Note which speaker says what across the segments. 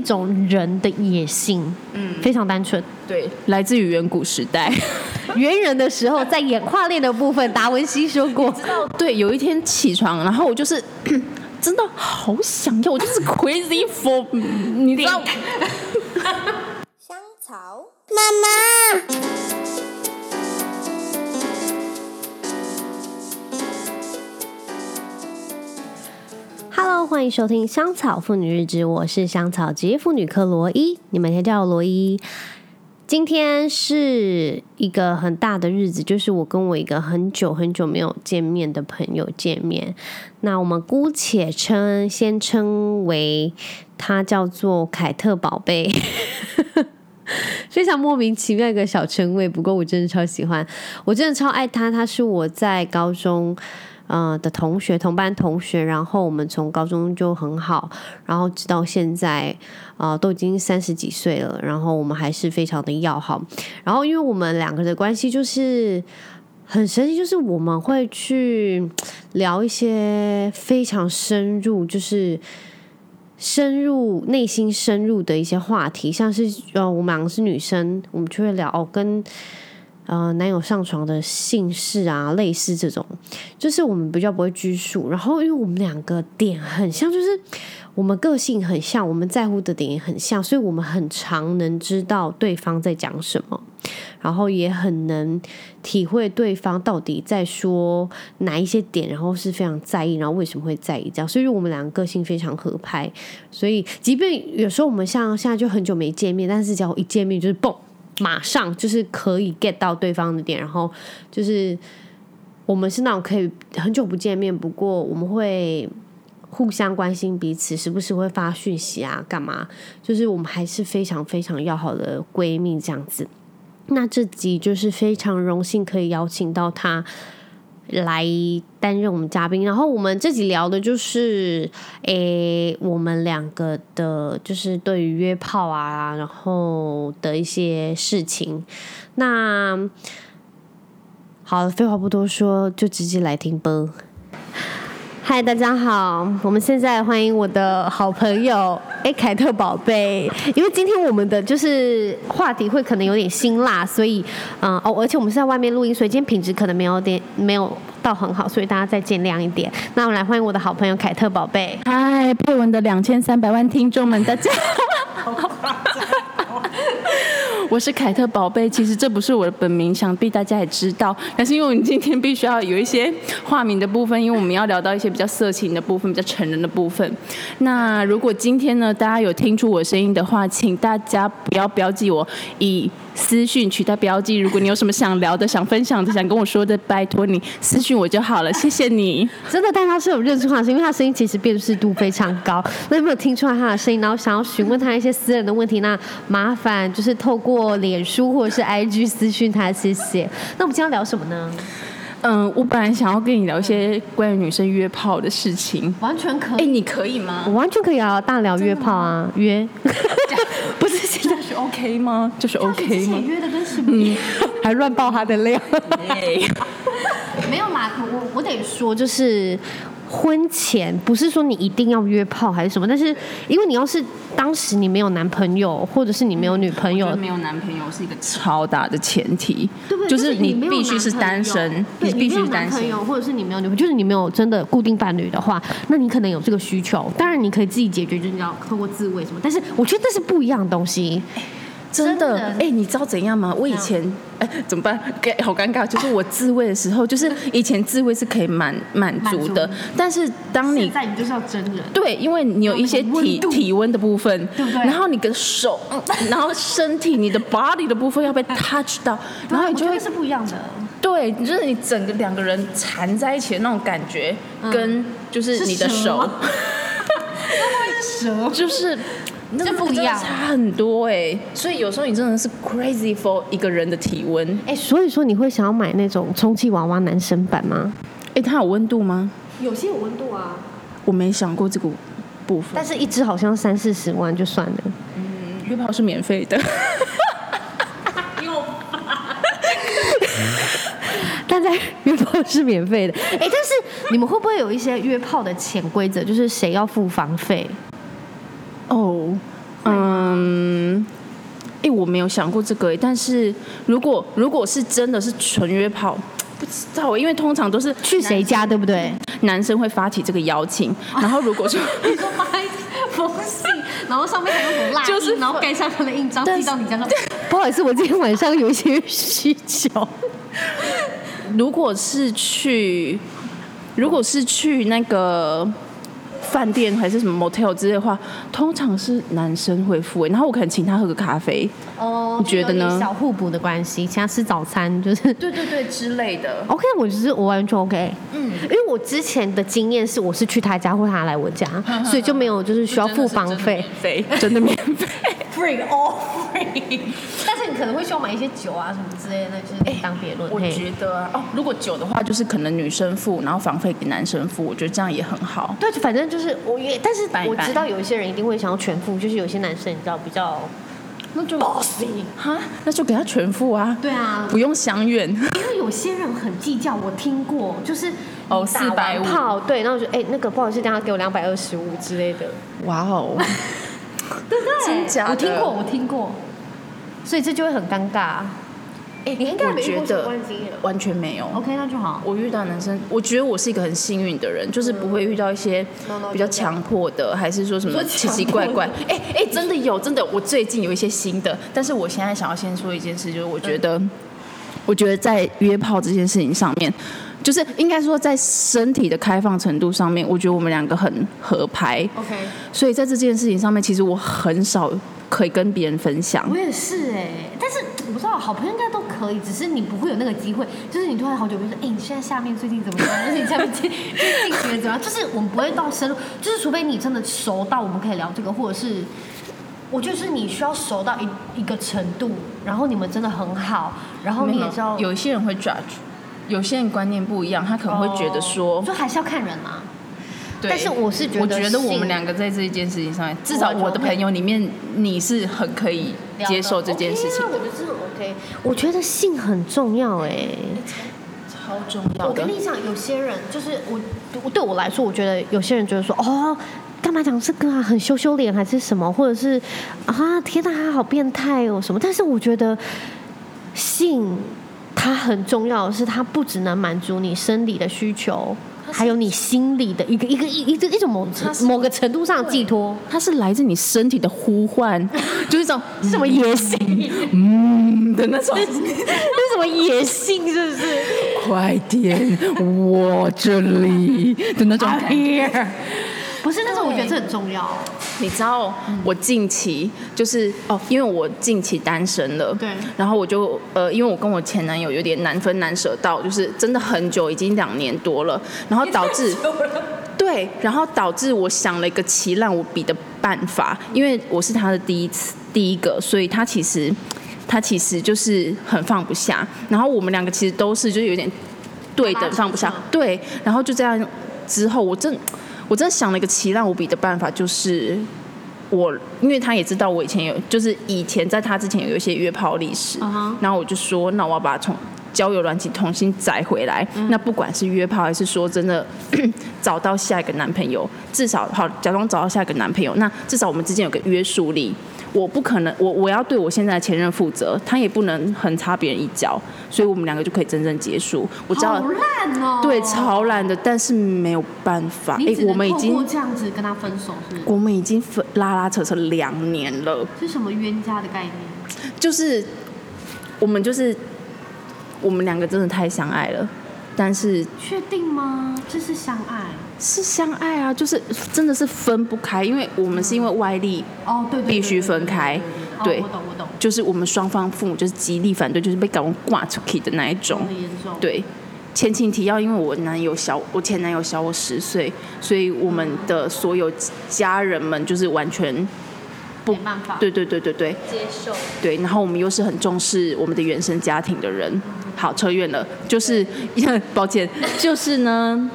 Speaker 1: 种人的野性，嗯，非常单纯。
Speaker 2: 对，来自于远古时代。
Speaker 1: 猿人的时候，在演跨恋的部分，达文西说过，
Speaker 2: 对，有一天起床，然后我就是 真的好想要，我就是 crazy for，你知道。
Speaker 3: 香草妈妈。
Speaker 1: Hello，欢迎收听《香草妇女日志》，我是香草职业妇女科罗伊，你们可以叫我罗伊。今天是一个很大的日子，就是我跟我一个很久很久没有见面的朋友见面。那我们姑且称，先称为他叫做凯特宝贝， 非常莫名其妙一个小称谓。不过我真的超喜欢，我真的超爱他，他是我在高中。呃的同学，同班同学，然后我们从高中就很好，然后直到现在，呃，都已经三十几岁了，然后我们还是非常的要好。然后因为我们两个的关系就是很神奇，就是我们会去聊一些非常深入，就是。深入内心深入的一些话题，像是呃，我们两个是女生，我们就会聊哦，跟呃男友上床的姓氏啊，类似这种。就是我们比较不会拘束，然后因为我们两个点很像，就是我们个性很像，我们在乎的点也很像，所以我们很常能知道对方在讲什么，然后也很能体会对方到底在说哪一些点，然后是非常在意，然后为什么会在意这样，所以我们两个个性非常合拍，所以即便有时候我们像现在就很久没见面，但是只要一见面就是蹦。马上就是可以 get 到对方的点，然后就是我们是那种可以很久不见面，不过我们会互相关心彼此，时不时会发讯息啊，干嘛？就是我们还是非常非常要好的闺蜜这样子。那这集就是非常荣幸可以邀请到她来担任我们嘉宾，然后我们这集聊的就是，诶，我们两个的，就是对于约炮啊，然后的一些事情。那好了，废话不多说，就直接来听吧。嗨，大家好，我们现在欢迎我的好朋友哎，凯特宝贝。因为今天我们的就是话题会可能有点辛辣，所以嗯、呃哦，而且我们是在外面录音，所以今天品质可能没有点没有到很好，所以大家再见谅一点。那我们来欢迎我的好朋友凯特宝贝。
Speaker 2: 嗨，佩文的两千三百万听众们，大家 我是凯特宝贝，其实这不是我的本名，想必大家也知道。但是因为我们今天必须要有一些化名的部分，因为我们要聊到一些比较色情的部分、比较成人的部分。那如果今天呢，大家有听出我声音的话，请大家不要标记我，以私讯取代标记。如果你有什么想聊的、想分享的、想跟我说的，拜托你私讯我就好了，谢谢你。
Speaker 1: 真的，但他是有认出他的声音，因为他声音其实辨识度非常高。那有没有听出来他的声音？然后想要询问他一些私人的问题，那麻烦就是透过脸书或者是 IG 私讯他，谢谢。那我们今天要聊什么呢？
Speaker 2: 嗯，我本来想要跟你聊一些关于女生约炮的事情。
Speaker 1: 完全可
Speaker 2: 哎、你可以吗
Speaker 1: 我？完全可以啊，大聊约炮啊，约。
Speaker 2: 不是现 在是 OK 吗？就是 OK 吗？
Speaker 1: 约的跟什么？嗯，还乱爆他的料。没有啦，可我我得说，就是婚前不是说你一定要约炮还是什么，但是因为你要是当时你没有男朋友，或者是你没有女朋友
Speaker 2: 我觉得， 没有男朋友是一个超大的前提，
Speaker 1: 对不对？
Speaker 2: 就是
Speaker 1: 你没有
Speaker 2: 必须是
Speaker 1: 男朋友
Speaker 2: 单身，
Speaker 1: 对没
Speaker 2: 必须是
Speaker 1: 有男
Speaker 2: 单
Speaker 1: 朋
Speaker 2: 身。
Speaker 1: 友，或者是你没有女朋友，就是你没有真的固定伴侣的话，那你可能有这个需求。当然，你可以自己解决，就是你要通过自慰什么。但是我觉得这是不一样的东西。
Speaker 2: 真
Speaker 1: 真
Speaker 2: 的，
Speaker 1: 的
Speaker 2: 哎、你知道怎样吗？我以前，哎、怎么办？该好尴尬，就是我自慰的时候，就是以前自慰是可以满满足的
Speaker 1: 满足，
Speaker 2: 但是当你
Speaker 1: 在你就是要真人，
Speaker 2: 对，因为你有一些
Speaker 1: 有那个温
Speaker 2: 体
Speaker 1: 度
Speaker 2: 体温的部分，
Speaker 1: 对不对
Speaker 2: 然后你的手，嗯然后身体，你的 body 的部分要被 touch 到，然
Speaker 1: 啊
Speaker 2: 后你就会
Speaker 1: 是不一样的。
Speaker 2: 对，就是你整个两个人缠在一起的那种感觉，跟嗯就是你的
Speaker 1: 是蛇
Speaker 2: 手
Speaker 1: 吗， 蛇
Speaker 2: 就是。那
Speaker 1: 就
Speaker 2: 个
Speaker 1: 不一样
Speaker 2: 真的差很多哎、所以有时候你真的是 crazy for 一个人的体温。
Speaker 1: 哎、所以说你会想要买那种充气娃娃男生版吗？
Speaker 2: 哎、它有温度吗？
Speaker 1: 有些有温度啊，
Speaker 2: 我没想过这个部分。
Speaker 1: 但是一只好像三四十万就算了。
Speaker 2: 约炮是免费的，
Speaker 1: 但在约炮是免费的。哎、但是你们会不会有一些约炮的潜规则，就是谁要付房费？
Speaker 2: 哦，嗯、我没有想过这个欸，但是如果如果是真的是纯约炮，不知道欸，因为通常都是
Speaker 4: 去谁家对不对？
Speaker 2: 男生会发起这个邀请，然后如果 说
Speaker 5: 你 说发一封信，然后上面还用很辣印，
Speaker 2: 就是
Speaker 5: 然后盖上他的印章，
Speaker 2: 但
Speaker 5: 寄
Speaker 2: 是
Speaker 5: 到你家上。
Speaker 4: 不好意思，我今天晚上有一些需求。
Speaker 2: 如果是去，如果是去那个饭店还是什么 motel 之类的话，通常是男生会付欸，然后我可能请他喝个咖啡
Speaker 4: 哦
Speaker 2: 你觉得呢
Speaker 4: 有点小互补的关系，请他吃早餐就是
Speaker 2: 之类的。
Speaker 4: OK，我就是我完全 OK。嗯，因为我之前的经验是我是去他家或他来我家，所以就没有就是需要付房费。
Speaker 2: 费 真的免费，
Speaker 5: Free all free。
Speaker 1: 但是你可能会需要买一些酒啊什么之类的，那就是另当别论。
Speaker 4: 哎
Speaker 2: 我
Speaker 1: 嘿
Speaker 2: 觉得啊哦，如果酒的话，就是可能女生付，然后房费给男生付，我觉得这样也很好。
Speaker 4: 对，反正就是我也，但是
Speaker 2: 拜拜
Speaker 4: 我知道有一些人一定会想要全付，就是有些男生你知道比较
Speaker 2: 那就 bossy 哈，那就给他全付啊，
Speaker 5: 对啊，
Speaker 2: 不用相怨。
Speaker 5: 因为有些人很计较，我听过，就是
Speaker 2: 哦
Speaker 5: 你打完
Speaker 2: 450
Speaker 5: 炮
Speaker 4: 泡对，然后我就哎、那个不好意思，等一下给我两百二十五之类的。
Speaker 2: 哇哦，
Speaker 5: 对不对？
Speaker 2: 真假的
Speaker 5: 我听过，我听过。
Speaker 4: 所以这就会很尴尬。
Speaker 2: 哎，
Speaker 4: 你应该
Speaker 2: 我
Speaker 4: 没遇
Speaker 2: 觉
Speaker 4: 过相
Speaker 2: 得
Speaker 4: 关经验吧
Speaker 2: 完全没有。
Speaker 5: OK，那就好。
Speaker 2: 我遇到男生，我觉得我是一个很幸运的人，就是不会遇到一些
Speaker 5: 嗯
Speaker 2: 比较强迫的，还是说什么奇奇怪怪。哎哎、真的有，真的，我最近有一些新的，但是我现在想要先说一件事，就是我觉得，我觉得在约炮这件事情上面。就是应该说，在身体的开放程度上面，我觉得我们两个很合拍，
Speaker 5: OK，
Speaker 2: 所以在这件事情上面，其实我很少可以跟别人分享
Speaker 5: 我。也是哎、但是我不知道，好朋友应该都可以，只是你不会有那个机会，就是你突然好久不说，哎、你现在下面最近怎么样？就是你下面最近进行得怎么样？ 就是我们不会到深入，就是除非你真的熟到我们可以聊这个，或者是。我就是你需要熟到一一个程度，然后你们真的很好，然后你也知道，
Speaker 2: 有一些人会 judge，有些人观念不一样，他可能会觉得说，
Speaker 5: 就还是要看人啊。
Speaker 2: 对
Speaker 4: 但是我是觉得
Speaker 2: 我觉得
Speaker 4: 性
Speaker 2: 我们两个在这一件事情上面，至少我的朋友里面，你是很可以接受这件事情
Speaker 4: OK 啊，我觉得这种 OK，我觉得性很重要哎、
Speaker 2: 超重
Speaker 4: 我跟你讲，有些人就是我，我对我来说，我觉得有些人觉得说，哦，干嘛讲这个啊，很羞羞脸还是什么，或者是啊，天哪，他好变态哦什么。但是我觉得性它很重要的是，它不只能满足你生理的需求，还有你心理的一个一个一一一种某某个程度上的寄托。
Speaker 2: 它是来自你身体的呼 唤，就是一种
Speaker 4: 什么野性？
Speaker 2: 嗯的那 种，
Speaker 4: 这什么野性？是不是？
Speaker 2: 快点，我这里的那种感觉。
Speaker 5: 不是，但是我觉得这很重要。
Speaker 2: 你知道我近期就是哦，因为我近期单身了，
Speaker 5: 对
Speaker 2: 然后我就呃，因为我跟我前男友有点难分难舍到，就是真的很久，已经两年多了，然后导致对，然后导致我想了一个奇烂无比的办法，因为我是他的第一次第一个，所以他其实他其实就是很放不下，然后我们两个其实都是就是有点对等放不下，对，然后就这样之后，我真我真的想了一个奇烂无比的办法，就是我因为他也知道我以前有，就是以前在他之前有一些约炮历史
Speaker 5: 嗯
Speaker 2: 然后我就说，那我要把它从交友软体重新载回来。
Speaker 5: 嗯
Speaker 2: 那不管是约炮还是说真的嗯找到下一个男朋友，至少好假装找到下一个男朋友，那至少我们之间有个约束力。我不可能，我我要对我现在的前任负责，他也不能横插别人一脚，所以我们两个就可以真正结束。我知道
Speaker 5: 好烂哦、
Speaker 2: 对，超懒的，但是没有办法。哎、
Speaker 5: 你只
Speaker 2: 我
Speaker 5: 能
Speaker 2: 们已
Speaker 5: 透过
Speaker 2: 经
Speaker 5: 这样子跟他分手，是不
Speaker 2: 我们已经分拉拉扯扯两年了，
Speaker 5: 是？是什么冤家的概念？
Speaker 2: 就是我们就是我们两个真的太相爱了，但是
Speaker 5: 确定吗？这是相爱
Speaker 2: 是相爱啊，就是真的是分不开，因为我们是因为外力，
Speaker 5: 哦，对对对
Speaker 2: 必须分开
Speaker 5: 对对对对对
Speaker 2: 对
Speaker 5: 对哦我懂我懂，
Speaker 2: 就是我们双方父母就是极力反对，就是被搞挂出去的那一种。
Speaker 5: 很严重。，
Speaker 2: 对，前情提要，因为我男友小，我前男友小我十岁，所以我们的所有家人们就是完全不
Speaker 5: 没办法
Speaker 2: 对对对对对，接受。对，然后我们又是很重视我们的原生家庭的人。好，扯远了，就是 抱歉，就是呢，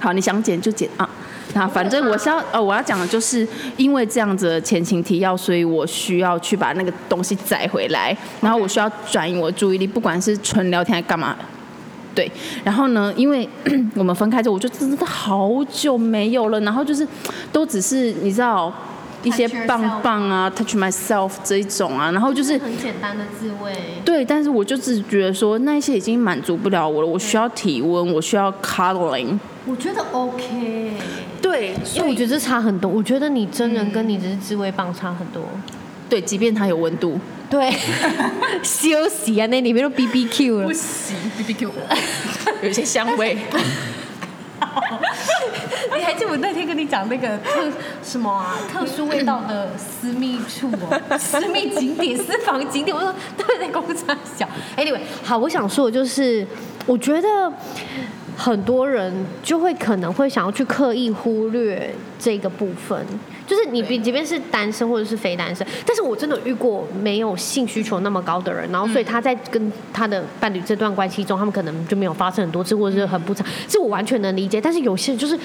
Speaker 2: 好，你想剪就剪啊。那反正我是要呃，我要讲的就是因为这样子的前情提要，所以我需要去把那个东西载回来，然后我需要转移我的注意力，不管是纯聊天还干嘛。对，然后呢，因为 我们分开之后，我就真的好久没有了，然后就是都只是你知道一些
Speaker 5: Touch yourself
Speaker 2: 棒棒啊，touch myself 这一种啊，然后就是
Speaker 5: 很简单的自慰，
Speaker 2: 对，但是我就只觉得说那一些已经满足不了我了，我需要体温，我需要 cuddling。
Speaker 5: 我觉得 OK。
Speaker 2: 对，
Speaker 4: 所以我觉得这差很多。我觉得你真人
Speaker 5: 嗯
Speaker 4: 跟你只是自慰棒差很 多。
Speaker 2: 对，即便它有温度，
Speaker 4: 对，休息啊，那里面都 B B Q 了。
Speaker 5: 行，B B Q，
Speaker 2: 有一些香味。
Speaker 5: 你哎还记得我那天跟你讲那个特什么啊？特殊味道的私密处哦，私密景点、私房景点。我说他们在公司小，Anyway，
Speaker 4: 好，我想说的就是，我觉得很多人就会可能会想要去刻意忽略这个部分，就是你比即便是单身或者是非单身，但是我真的遇过没有性需求那么高的人，然后所以他在跟他的伴侣这段关系中，他们可能就没有发生很多次，或者是很不长，这我完全能理解。但是有些人就是。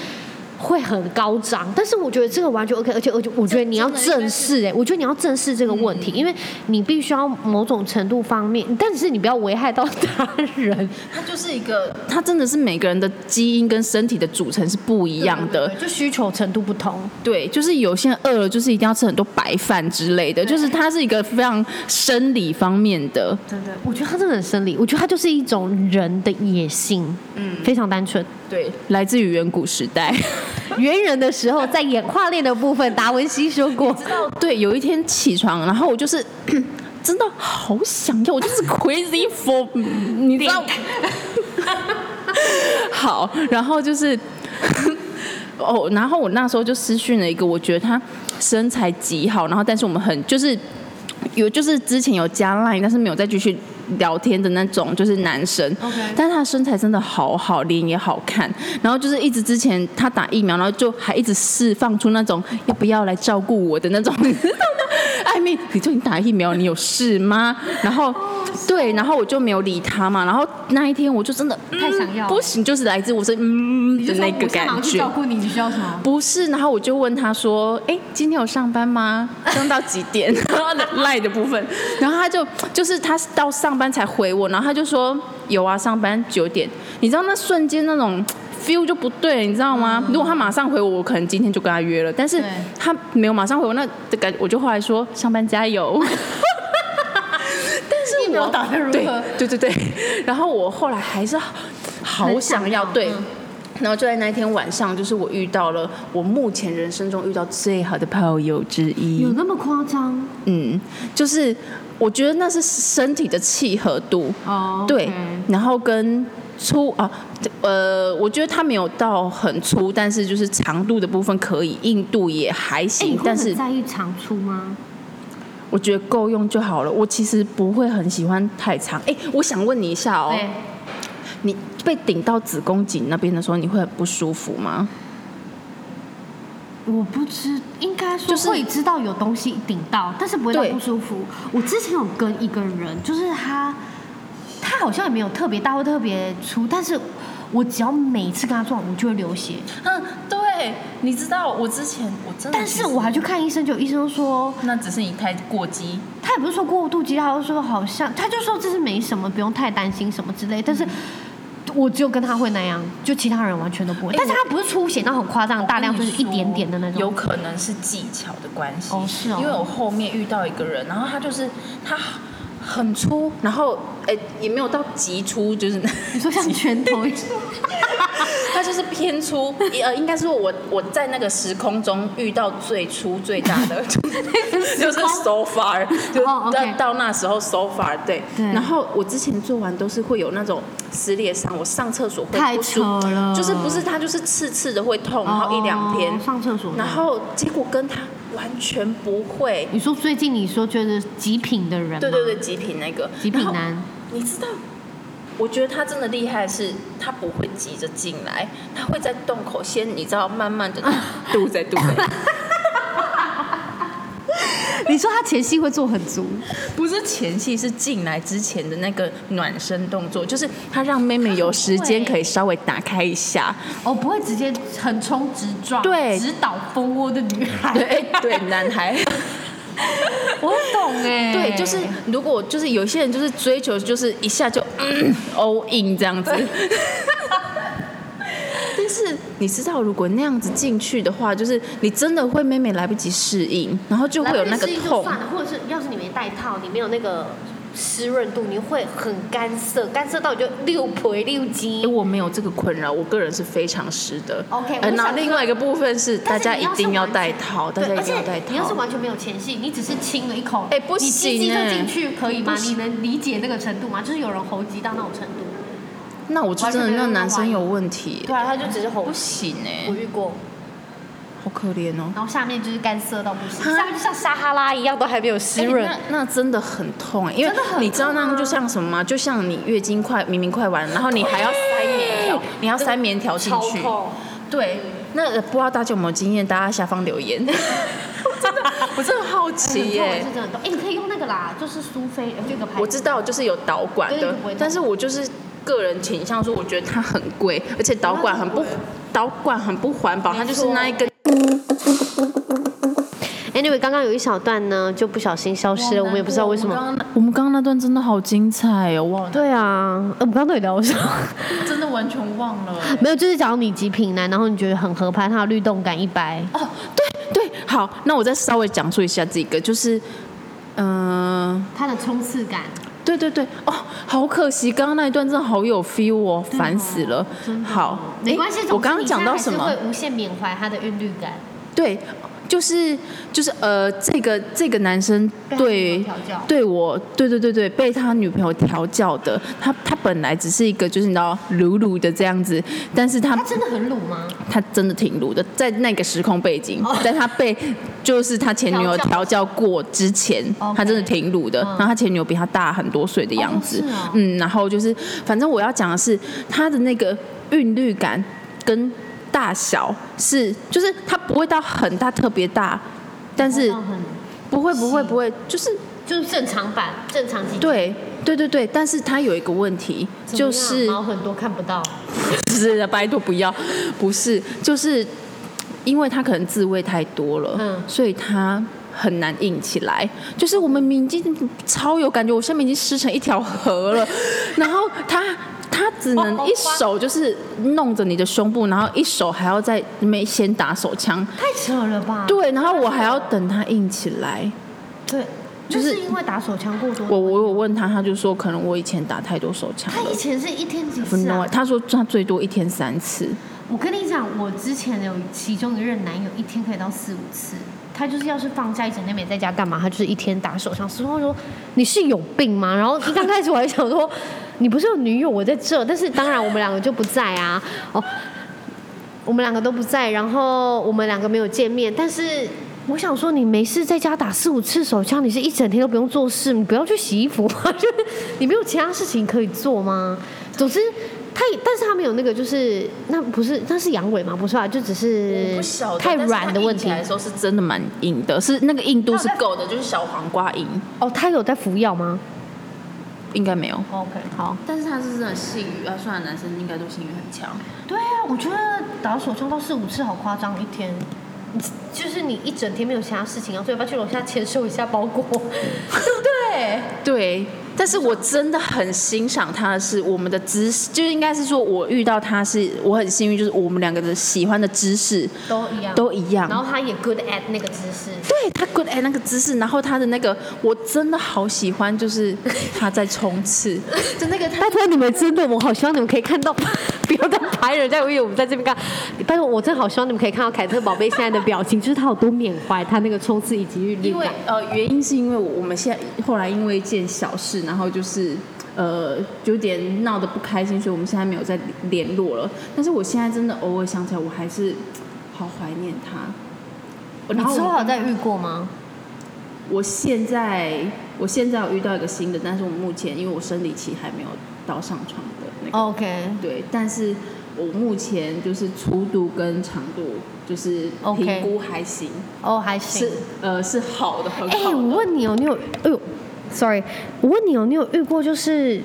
Speaker 4: 会很高涨，但是我觉得这个完全 OK，而且而且我觉得你要正视哎、我觉得你要正视这个问题，因为你必须要某种程度方面，但是你不要危害到他人。
Speaker 5: 它就是一个
Speaker 2: 它真的是每个人的基因跟身体的组成是不一样的。
Speaker 4: 就需求程度不同。
Speaker 2: 对，就是有些人饿了，就是一定要吃很多白饭之类的，就是它是一个非常生理方面的。
Speaker 5: 真的。
Speaker 4: 我觉得他真的很生理，我觉得他就是一种人的野性，嗯，非常单纯。
Speaker 2: 对，来自于远古时代。
Speaker 4: 猿人的时候，在演化链的部分，达文西说 过，
Speaker 2: 对，有一天起床，然后我就是 真的好想要，我 就是 crazy for，你知道？ 好，然后就是。 哦，然后我那时候就私讯了一个，我觉得他身材极好，然后但是我们很就是有就是之前有加 line，但是没有再继续聊天的那种，就是男生。
Speaker 5: OK
Speaker 2: 但是他的身材真的好好，脸也好看，然后就是一直之前他打疫苗，然后就还一直释放出那种要不要来照顾我的那种，你 知道吗？艾米，你就你打疫苗，你有事吗？然后。对，然后我就没有理他嘛。然后那一天我就真的、嗯
Speaker 5: 太想要了
Speaker 2: 不行，就是来自我是嗯
Speaker 5: 你
Speaker 2: 的
Speaker 5: 就说
Speaker 2: 那
Speaker 5: 我现
Speaker 2: 个
Speaker 5: 在
Speaker 2: 感
Speaker 5: 马上去
Speaker 2: 觉
Speaker 5: 照。顾你，你需要什么？
Speaker 2: 不是，然后我就问他说：“哎，今天有上 班吗？上到几点？” 然后赖的部分，然后他就就是他到上班才回我，然后他就说：“有啊，上班九点。”你知道那瞬间那种 feel 就不对了，你知道吗？如果他马上回我，我可能今天就跟他约了，但是
Speaker 5: 嗯对
Speaker 2: 他没有马上回我，那的感我就后来说：“上班 加油。”但是我
Speaker 5: 打得如何
Speaker 2: 对对对对，然后我后来还是好想要对。
Speaker 5: 嗯
Speaker 2: 然后就在那一天晚上，就是我遇到了我目前人生中遇到最好的炮友之一
Speaker 4: 有。那么夸张？
Speaker 2: 嗯，就是我觉得那是身体的契合度，
Speaker 5: 哦
Speaker 2: 对，然后跟粗啊，呃，我觉得它没有到很粗，但是就是长度的部分可以，硬度也还
Speaker 5: 哎，
Speaker 2: 行
Speaker 5: 你，会
Speaker 2: 但是
Speaker 5: 很在意长处吗？
Speaker 2: 我觉得够用就好了。我其实不会很喜欢太长。哎，我想问你一下哦，
Speaker 5: 对，
Speaker 2: 你被顶到子宫颈那边的时候，你会很不舒服吗？
Speaker 5: 我不知，应该说
Speaker 2: 就是
Speaker 5: 会知道有东西顶到，但是不会到
Speaker 2: 对
Speaker 5: 不舒服。我之前有跟一个人，就是他，他好像也没有特别大或特别粗，但是我只要每次跟他撞，我就会流血。
Speaker 2: 嗯，对，你知道我之前我真的，
Speaker 5: 但是我还去看医生，就医生说，
Speaker 2: 那只是你太过激，
Speaker 5: 他也不是说过度肌，他就说好像，他就说这是没什么，不用太担心什么之类。
Speaker 2: 嗯
Speaker 5: 但是。我只有跟他会那样，就其他人完全都不会。但是他不是出血，那很夸张，大量就是一点点的那种。
Speaker 2: 有可能是技巧的关系。
Speaker 5: 哦是哦
Speaker 2: 因为我后面遇到一个人，然后他就是他很粗，然后哎、也没有到极粗，就是
Speaker 5: 你说像拳头一样，
Speaker 2: 他就是偏粗，呃，应该是我我在那个时空中遇到最粗最大 的，就是 so far，就是
Speaker 5: 哦
Speaker 2: 到、
Speaker 5: ，OK
Speaker 2: 到那时候 so far 对。
Speaker 5: 对
Speaker 2: 然后我之前做完都是会有那种撕裂伤，我上厕所会
Speaker 5: 太
Speaker 2: 不舒
Speaker 5: 扯了
Speaker 2: 就是不是它就是刺刺的会痛，然后一两天
Speaker 5: 哦，上厕所的。
Speaker 2: 然后结果跟他完全不会。
Speaker 5: 你说最近你说觉得极品的人吗，
Speaker 2: 对对对，极品那个
Speaker 5: 极品，
Speaker 2: 然后
Speaker 5: 男，
Speaker 2: 你知道？我觉得他真的厉害的是，他不会急着进来，他会在洞口先，你知道，慢慢的堵在堵在，
Speaker 5: 你说他前戏会做很足，
Speaker 2: 不是前戏，是进来之前的那个暖身动作，就是他让妹妹有时间可以稍微打开一下。
Speaker 5: 哦，不会直接横冲直撞，
Speaker 2: 对
Speaker 5: 直捣蜂窝的女孩，
Speaker 2: 对，哎对，男孩，
Speaker 5: 我懂哎，
Speaker 2: 对，就是如果就是有些人就是追求就是一下就、嗯、all in 这样子，但是你你知道，如果那样子进去的话，就是你真的会妹妹来不及适应，然后就会有那个
Speaker 4: 来不及适应就
Speaker 2: 痛。
Speaker 4: 算了，或者是要是你没戴套，你没有那个湿润度，你会很干涩，干涩到你就六婆六
Speaker 2: 哎，
Speaker 4: 肌。
Speaker 2: 我没有这个困扰，我个人是非常湿的。
Speaker 4: OK，
Speaker 2: 呃
Speaker 4: 我
Speaker 2: 然后
Speaker 4: 想
Speaker 2: 另外一个部分是大
Speaker 4: 但是
Speaker 2: 家
Speaker 4: 你
Speaker 2: 一
Speaker 4: 要是
Speaker 2: 定要
Speaker 4: 完
Speaker 2: 戴
Speaker 4: 全
Speaker 2: 套，大家
Speaker 4: 对，
Speaker 2: 一
Speaker 4: 而
Speaker 2: 定
Speaker 4: 且
Speaker 2: 要戴
Speaker 4: 你要是
Speaker 2: 套。
Speaker 4: 完全没有前戏，你只是亲了一口，
Speaker 2: 哎不行
Speaker 4: 你鸡鸡就
Speaker 2: 哎
Speaker 4: 进去可以
Speaker 2: 不？
Speaker 4: 吗你
Speaker 2: 行
Speaker 4: 能理解那个程度吗？就是有人猴急到那种程度。
Speaker 2: 那我就
Speaker 4: 完全
Speaker 2: 真的
Speaker 4: 没
Speaker 2: 那
Speaker 4: 有办法
Speaker 2: 男生
Speaker 4: 玩
Speaker 2: 有问题，
Speaker 4: 对啊，他就只是猴
Speaker 2: 不行哎
Speaker 4: 我，遇过，
Speaker 2: 好可怜哦。
Speaker 4: 然后下面就是干涩到不行，
Speaker 2: 啊
Speaker 4: 下面就像撒哈拉一样都还没有湿
Speaker 2: 哎
Speaker 4: 润。
Speaker 2: 那那真的很痛、因为
Speaker 4: 真的很痛啊
Speaker 2: 你知道那样就像什么吗？就像你月经快明明快完了，然后你还要塞棉条，你要塞棉条进
Speaker 4: 超
Speaker 2: 去。
Speaker 4: 痛，
Speaker 2: 对，那呃不知道大家有没有经验？大家下方留言。 真的，我真的好奇耶、
Speaker 4: 很痛是真的很痛。哎，你可以用那个啦，就是苏菲呃那个牌子，
Speaker 2: 我知道就是有导管
Speaker 4: 对对
Speaker 2: 的
Speaker 4: 对不会痛，
Speaker 2: 但是我就是个人倾向说，我觉得它很贵，而且导管很不导管很不环保，它就是那一根
Speaker 1: Anyway，刚刚有一小段呢就不小心消失了，我们也不知道为什么。
Speaker 2: 么。我们刚刚那段真的好精彩哦，哇，
Speaker 1: 对啊，呃我们刚刚有聊什么？
Speaker 2: 真的完全忘了。
Speaker 1: 没有，就是讲到你极品男，然后你觉得很合拍，它的律动感一百。
Speaker 2: 哦，对对，好，那我再稍微讲述一下这个，就是，嗯、
Speaker 4: 它的冲刺感。
Speaker 2: 对对对，哦，好可惜，刚刚那一段真的好有 feel 哦，烦死了。好，
Speaker 4: 哦没
Speaker 2: 诶
Speaker 4: 关系，总之
Speaker 2: 哎我刚刚
Speaker 4: 你
Speaker 2: 讲
Speaker 4: 现在
Speaker 2: 到
Speaker 4: 还是
Speaker 2: 什么？
Speaker 4: 会无限缅怀它的韵律感，
Speaker 2: 对，就是就是呃，这个这个男生
Speaker 4: 被他女
Speaker 2: 对
Speaker 4: 朋友调教
Speaker 2: 对我，对对对对，被他女朋友调教的，他他本来只是一个就是你知道鲁鲁的这样子，但是他
Speaker 4: 它真的很鲁吗？
Speaker 2: 他真的挺鲁的，在那个时空背景，在他被就是他前女友
Speaker 4: 哦
Speaker 2: 调
Speaker 4: 调教
Speaker 2: 教过之前
Speaker 4: OK，嗯
Speaker 2: 他真的挺鲁的。然后他前女友比他大很多岁的样子
Speaker 4: 哦是哦，
Speaker 2: 嗯，然后就是反正我要讲的是他的那个韵律感跟大小是，就是他不会到很大特别大，但是
Speaker 4: 好像嗯很
Speaker 2: 不会不会不会，就是
Speaker 4: 就是正常版，正常级。
Speaker 2: 对对对对，但是他有一个问题
Speaker 4: 怎么
Speaker 2: 就
Speaker 4: 样，
Speaker 2: 是
Speaker 4: 毛很多看不到，
Speaker 2: 不是的，拜托不要，不是，就是因为他可能自慰太多了，
Speaker 4: 嗯
Speaker 2: 所以他很难硬起来。就是我们已经超有感觉，我下面已经湿成一条河了，然后他。他只能一手就是弄着你的胸部，然后一手还要在没先打手枪，
Speaker 4: 太扯了吧？
Speaker 2: 对，然后我还要等他硬起来。
Speaker 4: 对，
Speaker 2: 就
Speaker 4: 就是是因为打手枪过多。
Speaker 2: 我我有问他，他就说可能我以前打太多手枪
Speaker 4: 他
Speaker 2: 了
Speaker 4: 以前是一天几
Speaker 2: 不
Speaker 4: 次啊
Speaker 2: know，？他说他最多一天三次。
Speaker 4: 我跟你讲，我之前有其中一任男友，一天可以到四五次。他就是要是放假一整天没在家干嘛，他就是一天打手枪。所以我说
Speaker 1: 你是有病吗？然后一刚开始我还想 说，你不是有女友，我在这，但是当然我们两个就不在啊。哦，我们两个都不在，然后我们两个没有见面，但是。我想说，你没事在家打四五次手枪，你是一整天都不用做事，你不要去洗衣服 吗？就是你没有其他事情可以做吗？总之，他也，但是他没有那个，就是那不是那是阳痿吗？不是吧？就只是
Speaker 2: 不晓得
Speaker 1: 太
Speaker 2: 但是它
Speaker 1: 软的问
Speaker 2: 硬
Speaker 1: 题
Speaker 2: 起来的时候是真的蛮硬的，是那个硬度是够的，就是小黄瓜硬，
Speaker 1: 哦。他有在服药吗？
Speaker 2: 应该没有。
Speaker 4: 哦 OK，
Speaker 1: 好，
Speaker 2: 但是他是真的性欲啊，虽然男生应该都性欲很强，
Speaker 4: 对啊，我觉得打手枪到四五次好夸张，一天。就是你一整天没有其他事情啊，所以要不要去楼下签收一下 包裹，对不对？
Speaker 2: 对。但是我真的很欣赏他的是我们的知识，就是应该是说我遇到他是我很幸运，就是我们两个的喜欢的知识
Speaker 4: 都一样，
Speaker 2: 都一样。
Speaker 4: 然后他也 good at 那个姿势，
Speaker 2: 对他 good at 那个姿势，然后他的那个我真的好喜欢，就是他在冲 刺，就那个他
Speaker 1: 拜托你们真的，我好希望你们可以看 到，不要再拍人家，因为我们在这边看。拜托，我真的好希望你们可以看到凯特宝贝现在的表情，就是他有多缅怀他那个冲刺以及韵律
Speaker 2: 因为
Speaker 1: 感。
Speaker 2: 呃，原因是因为我们现在后来因为一件小事，然后就是呃有点闹得不开心，所以我们现在没有再联络了。但是我现在真的偶尔想起来，我还是好怀念他。然
Speaker 4: 你
Speaker 2: 后
Speaker 4: 之后
Speaker 2: 我
Speaker 4: 有再遇过吗？
Speaker 2: 我现在我现在有遇到一个新的，但是我目前因为我生理期还没有到上床的那个
Speaker 4: OK，
Speaker 2: 对，但是我目前就是粗度跟长度就是
Speaker 4: OK
Speaker 2: 评估还行
Speaker 4: 哦，还行
Speaker 2: 是。呃是好的，很
Speaker 1: 哎、
Speaker 2: 好的。
Speaker 1: 我问你哦，你有，哎呦，sorry，我问你哦，你有遇过就是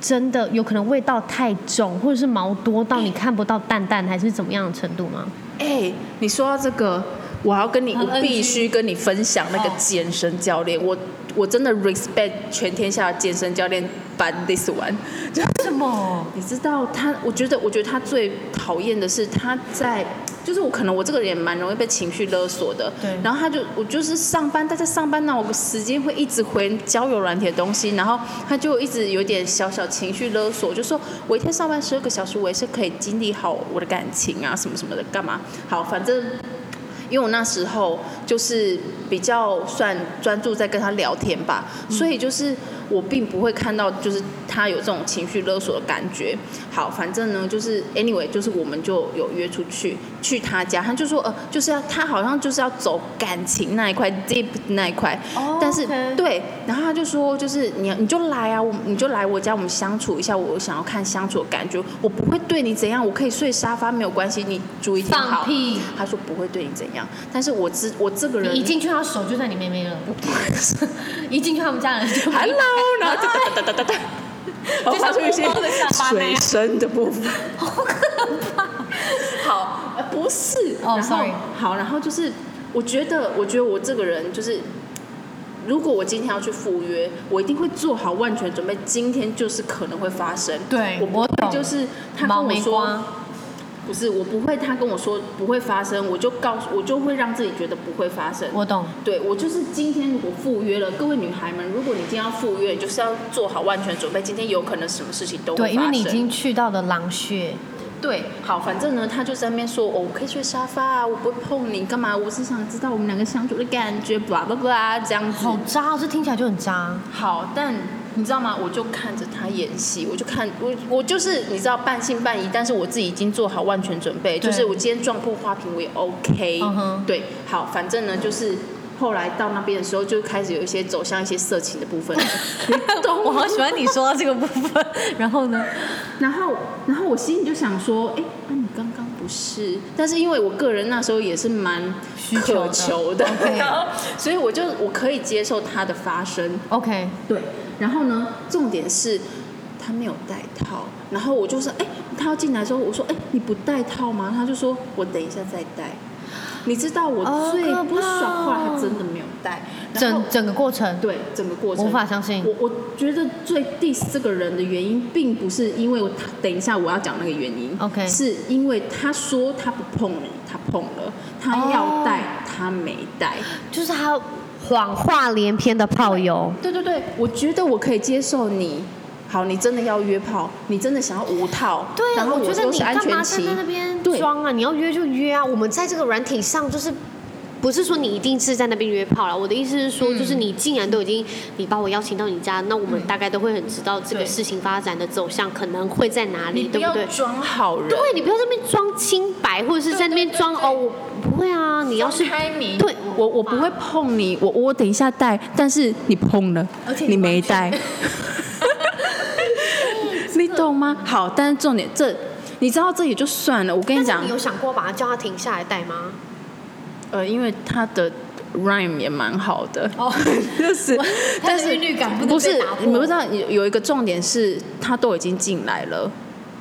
Speaker 1: 真的有可能味道太重，或者是毛多到你看不到蛋蛋，还是怎么样的程度吗？
Speaker 2: 哎、你说到这个，我要跟你，
Speaker 5: 很嗯
Speaker 2: 我必
Speaker 5: NG
Speaker 2: 须跟你分享那个健身教练，我我真的 respect 全天下的健身教练班 this one。
Speaker 5: 什么？
Speaker 2: 你知道他，我觉得，我觉得他最讨厌的是他在，就是我可能我这个人也蛮容易被情绪勒索的。
Speaker 5: 对
Speaker 2: 然后他就，我就是上班，大家上班呢，我时间会一直回交友软体的东西，然后他就一直有点小小情绪勒索，就说我一天上班十二个小时，我也是可以经历好我的感情啊，什么什么的，干嘛？好，反正因为我那时候就是比较算专注在跟他聊天吧，
Speaker 5: 嗯
Speaker 2: 所以就是我并不会看到就是他有这种情绪勒索的感觉。好，反正呢就是 anyway，就是我们就有约出去去他家，他就说呃就是要他好像就是要走感情那一块 deep 那一块，
Speaker 5: 哦
Speaker 2: 但是
Speaker 5: OK
Speaker 2: 对，然后他就说就是你你就来啊，我你就来我家，我们相处一下，我想要看相处的感觉，我不会对你怎样，我可以睡沙发没有关系，你注意听
Speaker 5: 放
Speaker 2: 好。
Speaker 5: 屁！
Speaker 2: 他说不会对你怎样，但是我知我这个
Speaker 5: 你
Speaker 2: 人
Speaker 5: 一进去，他手就在你妹妹 了。一进去，他们家人就
Speaker 2: hello，然后哒哒哒哒 哒哒，然后发出一
Speaker 5: 就
Speaker 2: 些
Speaker 5: 像摸摸的下巴那
Speaker 2: 水
Speaker 5: 样
Speaker 2: 声的部分，好可怕。好，呃不是，
Speaker 5: 哦
Speaker 2: 然后
Speaker 5: sorry
Speaker 2: 好，然后就是我觉得，我觉得我这个人就是。如果我今天要去赴约，我一定会做好万全准备，今天就是可能会发生。
Speaker 5: 对
Speaker 2: 我不
Speaker 5: 我
Speaker 2: 会
Speaker 5: 懂
Speaker 2: 就是他
Speaker 5: 毛
Speaker 2: 跟我
Speaker 5: 没
Speaker 2: 说
Speaker 5: 瓜，
Speaker 2: 不是，我不会。他跟我说不会发生，我就告诉我就会让自己觉得不会发生。
Speaker 5: 我懂。
Speaker 2: 对我就是今天如果赴约了，各位女孩们，如果你今天要赴约，你就是要做好万全准备，今天有可能什么事情都会发
Speaker 5: 对，
Speaker 2: 生。
Speaker 5: 因为你已经去到了狼穴，
Speaker 2: 对好，反正呢，他就在那边说，哦，我可以睡沙发啊，我不会碰你干嘛？我是想知道我们两个相处的感觉，blah blah blah 这样子。
Speaker 5: 好渣哦，这听起来就很渣。
Speaker 2: 好，但你知道吗？我就看着他演戏，我就看我我就是你知道半信半疑，但是我自己已经做好万全准备，
Speaker 5: 对
Speaker 2: 就是我今天撞破花瓶我也 OK，、
Speaker 5: 嗯哼
Speaker 2: 对，好，反正呢就是。后来到那边的时候，就开始有一些走向一些色情的部分，你懂吗
Speaker 5: 我好喜欢你说到这个部分。 然后呢？
Speaker 2: 然后，然后我心里就想说，哎、那、你刚刚不是？但是因为我个人那时候也是蛮
Speaker 5: 需求
Speaker 2: 渴
Speaker 5: 的
Speaker 2: 求的，
Speaker 5: OK
Speaker 2: 然后 所以我就我可以接受它的发生，
Speaker 5: OK，
Speaker 2: 对，然后呢，重点是他没有带套，然后我就说，哎、他要进来之后，我说，哎、你不带套吗？他就说我等一下再带。你知道我
Speaker 5: 好
Speaker 2: 最
Speaker 5: 哦可
Speaker 2: 不
Speaker 5: 怕
Speaker 2: 爽，后来
Speaker 5: 哦
Speaker 2: 他真的没有带，然后
Speaker 5: 整整个过程，
Speaker 2: 对整个过程
Speaker 5: 无法相信
Speaker 2: 我我觉得最 diss 这个人的原因，并不是因为我他等一下我要讲那个原因
Speaker 5: OK
Speaker 2: 是因为他说他不碰你，他碰了，他
Speaker 5: 哦
Speaker 2: 要带、他没带。
Speaker 4: 就是他谎话连篇的炮友，
Speaker 2: 对对对，我觉得我可以接受你。好，你真的要约炮，你真的想要无套，
Speaker 4: 对啊，
Speaker 2: 然后
Speaker 4: 觉得
Speaker 2: 都
Speaker 4: 你
Speaker 2: 是安
Speaker 4: 干
Speaker 2: 全
Speaker 4: 嘛站
Speaker 2: 期
Speaker 4: 在那边
Speaker 2: 对
Speaker 4: 装啊？你要约就约啊！我们在这个软体上就是。不是说你一定是在那边约炮了，我的意思是说，
Speaker 2: 嗯
Speaker 4: 就是你既然都已经你把我邀请到你家，那我们大概都会很知道这个
Speaker 2: 对
Speaker 4: 事情发展的走向可能会在哪
Speaker 2: 你不
Speaker 4: 里，
Speaker 2: 啊
Speaker 4: 对不
Speaker 2: 要
Speaker 4: 对？
Speaker 2: 装好人，
Speaker 4: 对，你不要在那边装清白，或者是在那边装哦，我不会啊，你要是
Speaker 2: 开明，
Speaker 4: 对
Speaker 2: 我我不会碰你，我我等一下带，但是你碰了，
Speaker 5: 而且你
Speaker 2: 你没带， 你懂吗？好，但是重点这，你知道这也就算了，我跟你
Speaker 4: 但
Speaker 2: 讲
Speaker 4: 是你，有想过把他叫他停下来带吗？
Speaker 2: 呃，因为他的 rhyme 也蛮好的，
Speaker 5: 哦，
Speaker 2: 就是
Speaker 5: 我，它的
Speaker 2: 但是
Speaker 5: 韵律感不能
Speaker 2: 不是
Speaker 5: 被打破
Speaker 2: 你们不知道有有一个重点是，他都已经进来了。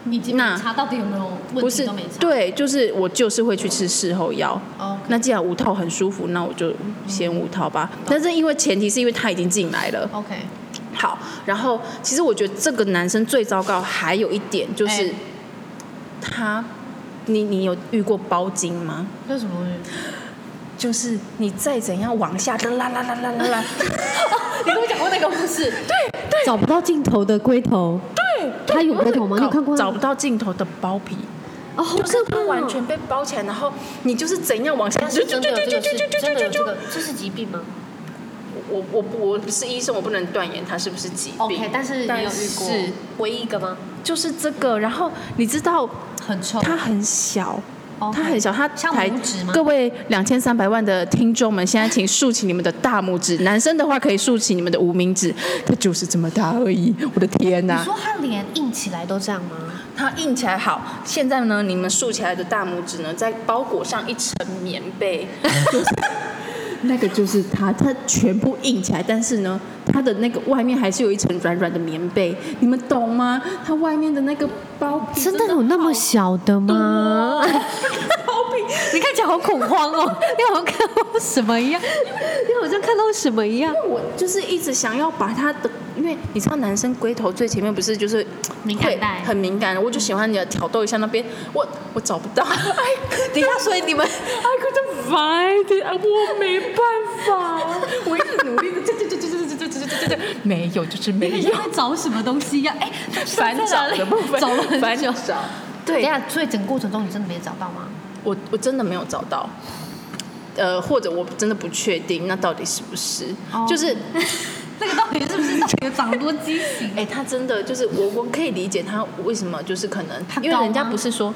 Speaker 5: 你今
Speaker 2: 那
Speaker 5: 天查到底有没有
Speaker 2: 不
Speaker 5: 问题
Speaker 2: 是
Speaker 5: 都没查。
Speaker 2: 对，就是我就是会去吃事后药。
Speaker 5: 哦
Speaker 2: 那既然无套很舒服，那我就先无套吧。
Speaker 5: 嗯
Speaker 2: 但是因为前提是因为他已经进来了。
Speaker 5: ，OK，
Speaker 2: 好，然后其实我觉得这个男生最糟糕还有一点就是、
Speaker 5: 哎
Speaker 2: 他，你你有遇过包茎吗？
Speaker 5: 这是什么东西？
Speaker 2: 就是你再怎样往下拉拉拉拉拉哦拉，
Speaker 5: 你跟我讲过那个故事，
Speaker 4: 找不到尽头的龟头，对，他有龟头吗？你有看过
Speaker 2: 找
Speaker 4: 吗？
Speaker 2: 不到尽头的包皮，
Speaker 4: 哦，好
Speaker 2: 就是
Speaker 4: 可怕
Speaker 2: 他
Speaker 4: 哦
Speaker 2: 完全被包起来，然后你就是怎样往下，
Speaker 4: 但
Speaker 2: 就是就
Speaker 4: 真
Speaker 2: 就
Speaker 4: 的有
Speaker 2: 就
Speaker 4: 这
Speaker 2: 就
Speaker 4: 个
Speaker 2: 就
Speaker 4: 事，
Speaker 2: 就
Speaker 4: 真的
Speaker 2: 就
Speaker 4: 有
Speaker 2: 就
Speaker 4: 这个，这是疾病吗？
Speaker 2: 我我不我不是医生，我不能断言它是不是疾病。
Speaker 4: OK，但是你有遇过
Speaker 2: 是
Speaker 4: 唯一一个吗？
Speaker 2: 就是这个，然后你知道
Speaker 5: 很臭。
Speaker 2: 它很小。
Speaker 5: OK
Speaker 2: 它很小，它
Speaker 5: 像
Speaker 2: 才
Speaker 5: 拇指吗
Speaker 2: 各位两千三百万的听众们，现在请竖起你们的大拇指，男生的话可以竖起你们的无名指，它就是这么大而已。我的天呐、
Speaker 5: 你说他脸硬起来都
Speaker 4: 都这样吗？
Speaker 2: 它硬起来好，现在呢，你们竖起来的大拇指呢，再包裹上一层棉被，就是 那个就是它，它全部硬起来，但是呢，它的那个外面还是有一层软软的棉被，你们懂吗？它外面的那个包皮
Speaker 4: 真的有那么
Speaker 2: 好
Speaker 4: 小的吗？
Speaker 2: 包皮
Speaker 4: 你看起来好恐慌 哦，你好像看到什么一样，你好像看到什么一样。
Speaker 2: 我就是一直想要把他的，因为你知道男生龟头最前面不是就是
Speaker 5: 敏感带
Speaker 2: 会很敏感，我就喜欢你的挑逗一下那边，我我找不到。等一下，所以你们 I couldn't find it，我没办法，我一直努力的，这这这这这这这这这这这没有，就是没
Speaker 5: 你
Speaker 2: 有
Speaker 5: 在找什么东西呀、哎、
Speaker 2: 反找的部分，
Speaker 5: 找了很
Speaker 2: 反
Speaker 5: 久。
Speaker 2: 找。
Speaker 5: 等一
Speaker 2: 对，
Speaker 5: 下，所以整个过程中你真的没找到吗？
Speaker 2: 我我真的没有找到，呃，或者我真的不确定那到底是不是，就是
Speaker 5: 哦 那个到底是不是到底有长多畸形？
Speaker 2: 哎、他真的就是我，我可以理解他为什么就是可能
Speaker 5: 他，
Speaker 2: 因为
Speaker 5: 高
Speaker 2: 人家
Speaker 5: 吗
Speaker 2: 不是说，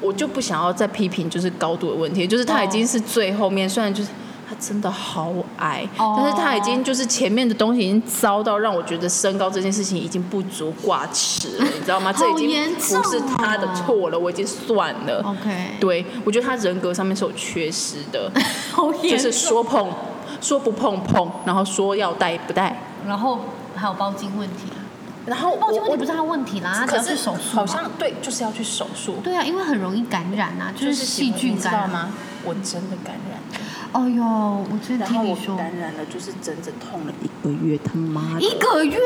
Speaker 2: 我就不想要再批评就是高度的问题，就是他已
Speaker 5: 哦
Speaker 2: 经是最后面，虽然就是他真的好矮，
Speaker 5: 哦
Speaker 2: 但是他已经就是前面的东西已经糟到让我觉得身高这件事情已经不足挂齿了，你知道吗？这已经
Speaker 5: 严
Speaker 2: 不是
Speaker 5: 重
Speaker 2: 他的
Speaker 5: 哦
Speaker 2: 错了，我已经算了。
Speaker 5: OK
Speaker 2: 对我觉得他人格上面是有缺失的，
Speaker 5: 好
Speaker 2: 就
Speaker 5: 严
Speaker 2: 是说碰说不碰碰，然后说要戴不戴，
Speaker 5: 然后还有包茎问题，
Speaker 2: 然后
Speaker 5: 包
Speaker 2: 我
Speaker 5: 茎问
Speaker 2: 我
Speaker 5: 题不是他问题啦，他只
Speaker 2: 可
Speaker 5: 要去
Speaker 2: 是
Speaker 5: 手术吧
Speaker 2: 好像对，就是要去手术，
Speaker 5: 对啊，因为很容易感染啊，就是细菌
Speaker 2: 你知
Speaker 5: 感
Speaker 2: 道
Speaker 5: 染？
Speaker 2: 吗？我真的感染，
Speaker 5: 哦哟，我之前
Speaker 2: 然后
Speaker 5: 听你
Speaker 2: 我
Speaker 5: 说
Speaker 2: 感染了，就是整整痛了一个月，他妈的，
Speaker 5: 一个月，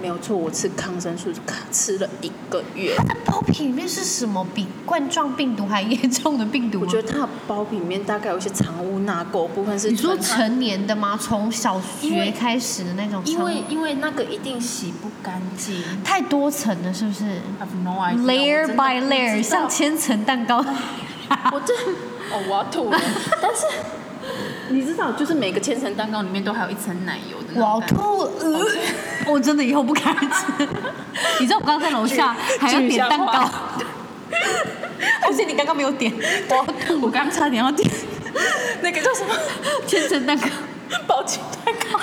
Speaker 2: 没有错，我吃抗生素吃了一个月，
Speaker 5: 那包皮里面是什么比冠状病毒还严重的病毒吗？
Speaker 2: 我觉得它的包皮里面大概有一些藏污纳垢部分是
Speaker 5: 你说
Speaker 2: 传它
Speaker 5: 成年的吗？从小
Speaker 2: 因为
Speaker 5: 学开始的那种
Speaker 2: 因
Speaker 5: 肠
Speaker 2: 为因为那个一定洗不干净
Speaker 5: 太多层了，是不是
Speaker 2: ，I've no idea，
Speaker 5: ？Layer
Speaker 2: 我真的
Speaker 5: by
Speaker 2: 不
Speaker 5: layer，
Speaker 2: 知道
Speaker 5: 像千层蛋 糕。
Speaker 2: 我这哦，我要吐 了。但是你知道，就是每个千层蛋糕里面都还有一层奶油的那
Speaker 5: 我要
Speaker 2: 种感觉。
Speaker 5: 吐了，呃我真的以后不敢吃。 你知道我刚刚在楼下还要
Speaker 2: 具
Speaker 5: 点
Speaker 2: 象
Speaker 5: 蛋
Speaker 2: 化
Speaker 5: 糕，而且你刚刚没有点
Speaker 2: 我要吐，我刚刚差点要点 那个叫什么
Speaker 5: 千层 蛋糕，
Speaker 2: 包青蛋糕，